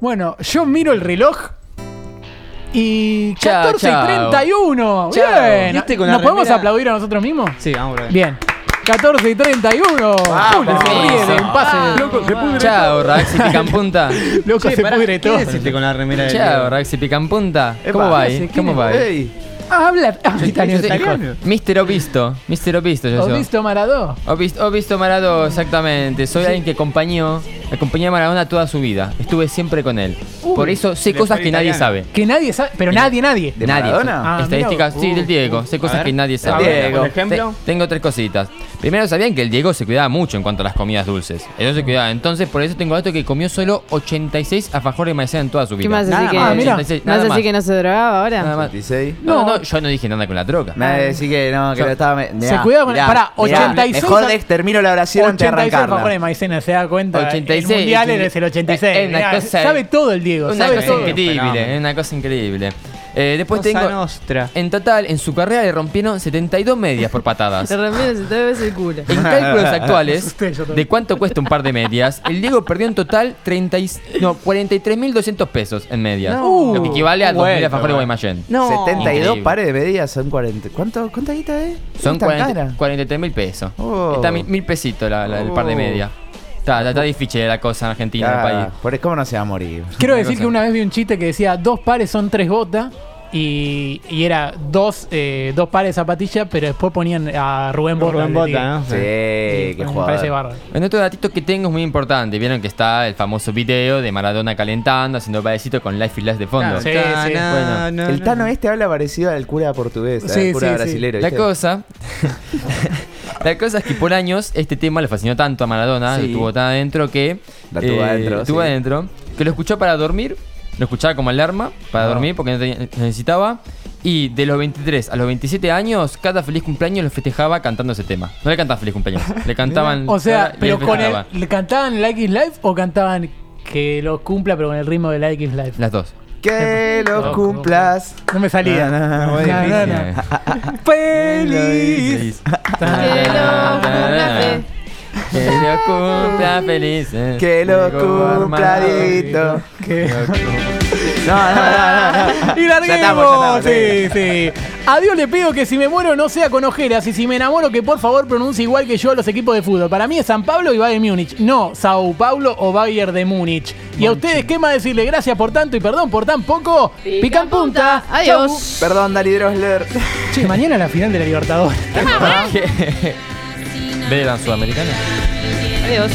Bueno, yo miro el reloj y Chao, 14 y chao. 31. Chao. Bien. ¿Viste con la ¿Nos podemos remera? aplaudir a nosotros mismos? Sí, vamos a ver. Bien. 14 y 31. Julio se vamos. ríe de empase. Loco, se pudre. Chao, Raxi Picanpunta. Loco, Che, se pará, pudre ¿qué todo. deciste con la remera de Chao, Raxi Picanpunta. ¿Cómo Epa. va Ese, ahí? ¿quién ¿Cómo es? va ahí? Ey, Ah, habla ah, italiano. Yo soy- italiano. Mister Obisto. Mister Obisto, yo ¿Has soy. visto Maradó? Obisto, Obisto Maradó, exactamente. Soy alguien que acompañó, acompañé a Maradona toda su vida. Estuve siempre con él. Por eso sé el cosas Sport que nadie Uh, italiano. sabe. Que nadie sabe, Eh, pero nadie, nadie. ¿De nadie. Maradona? sabe. Ah, Estadísticas, mirá vos. sí, del Diego. Sé a cosas ver. que nadie A sabe. ver, Diego. por Te- ejemplo. tengo tres cositas. Primero, sabían que el Diego se cuidaba mucho en cuanto a las comidas dulces. Ellos se cuidaban. Entonces, por eso tengo dato que comió solo 86 alfajores de maicena en toda su vida. ¿Qué más Nada así que, más. Ah, mirá. más Nada así más. que no se drogaba ahora? Ah, Nada más. 86. No, No. no, yo no dije nada con la droga. Me va a decir Ah, que no, que Yo- lo estaba. me- mirá, cuidaba con- mirá, pará, mirá. 86 Mejor de- termino la oración antes de 86 arrancarla. alfajores de maicena, se da cuenta. eh, 86, el mundial sí. eres el 86. Es una Mirá, cosa- sabe todo el Diego, Una sabe cosa todo. increíble, Fenómeno. es una cosa increíble. Eh, después Cosa tengo. nostra. En total, en su carrera le rompieron 72 medias por patadas. Se rompieron 70 veces el culo. En cálculos actuales asusté yo también. de cuánto cuesta un par de medias, el Diego perdió en total 30 y- no, 43.200 pesos en medias. No. lo que equivale a 2.000 Bueno, alfajores de bueno. Guaymallén. 72 Increíble. pares de medidas son 40. ¿Cuánto, ¿Cuánta guita es? Son ¿Es tan cara? 40 43.000 pesos. Oh. Está mil, mil pesitos la- la- el par de Oh. medias. Está, está- está difícil la cosa en Argentina, en el Ah, país. por- ¿Cómo no se va a morir? Quiero Una decir cosa. que una vez vi un chiste que decía dos pares son tres botas y, y era dos, eh, dos pares de zapatillas, pero después ponían a Rubén Borda. Rubén de Tigre. Bota, ¿no? Sí, qué me parece jugador. bárbaro. En otro datito que tengo es muy importante. Vieron que está el famoso video de Maradona calentando, haciendo bailecito con Life is Life de fondo. Ah, sí, Ta- sí. na- Bueno, na- El na- Tano este habla parecido al cura portugués, Sí, al cura sí, sí. brasilero. La ¿viste? cosa, la cosa es que por años este tema le fascinó tanto a Maradona, Sí. lo tuvo tan adentro que La tuvo adentro, lo tuvo sí. adentro, que lo escuchó para dormir, lo escuchaba como alarma Ah. para dormir porque no tenía- no necesitaba y de los 23 a los 27 años cada feliz cumpleaños lo festejaba cantando ese tema. No le cantaban feliz cumpleaños, le cantaban O sea, le pero con el, festejaba. ¿le cantaban Like is Life o cantaban que lo cumpla pero con el ritmo de Like is Life? las dos. Que No, los cumplas. No me salía. No, no, no, No, no, no. Eh, Feliz. Que lo cumpla felices. Que Que lo cumpla fe- lo cumpla Dieguito. Que- No, no, no, no. no. Y Ya estamos, ya estamos, larguemos. sí. Sí, sí. A Dios le pido que si me muero no sea con ojeras y si me enamoro que por favor pronuncie igual que yo a los equipos de fútbol. Para mí es San Pablo y Bayern Múnich. No, Sao Paulo o Bayern de Múnich. Y a ustedes, ¿qué más decirle? Gracias por tanto y perdón por tan poco. Pican Pican punta. punta. Adiós. Perdón, Dali Drosler. Chau. Che, mañana la final de la Libertadores. ¿Ve la sudamericana? Adiós.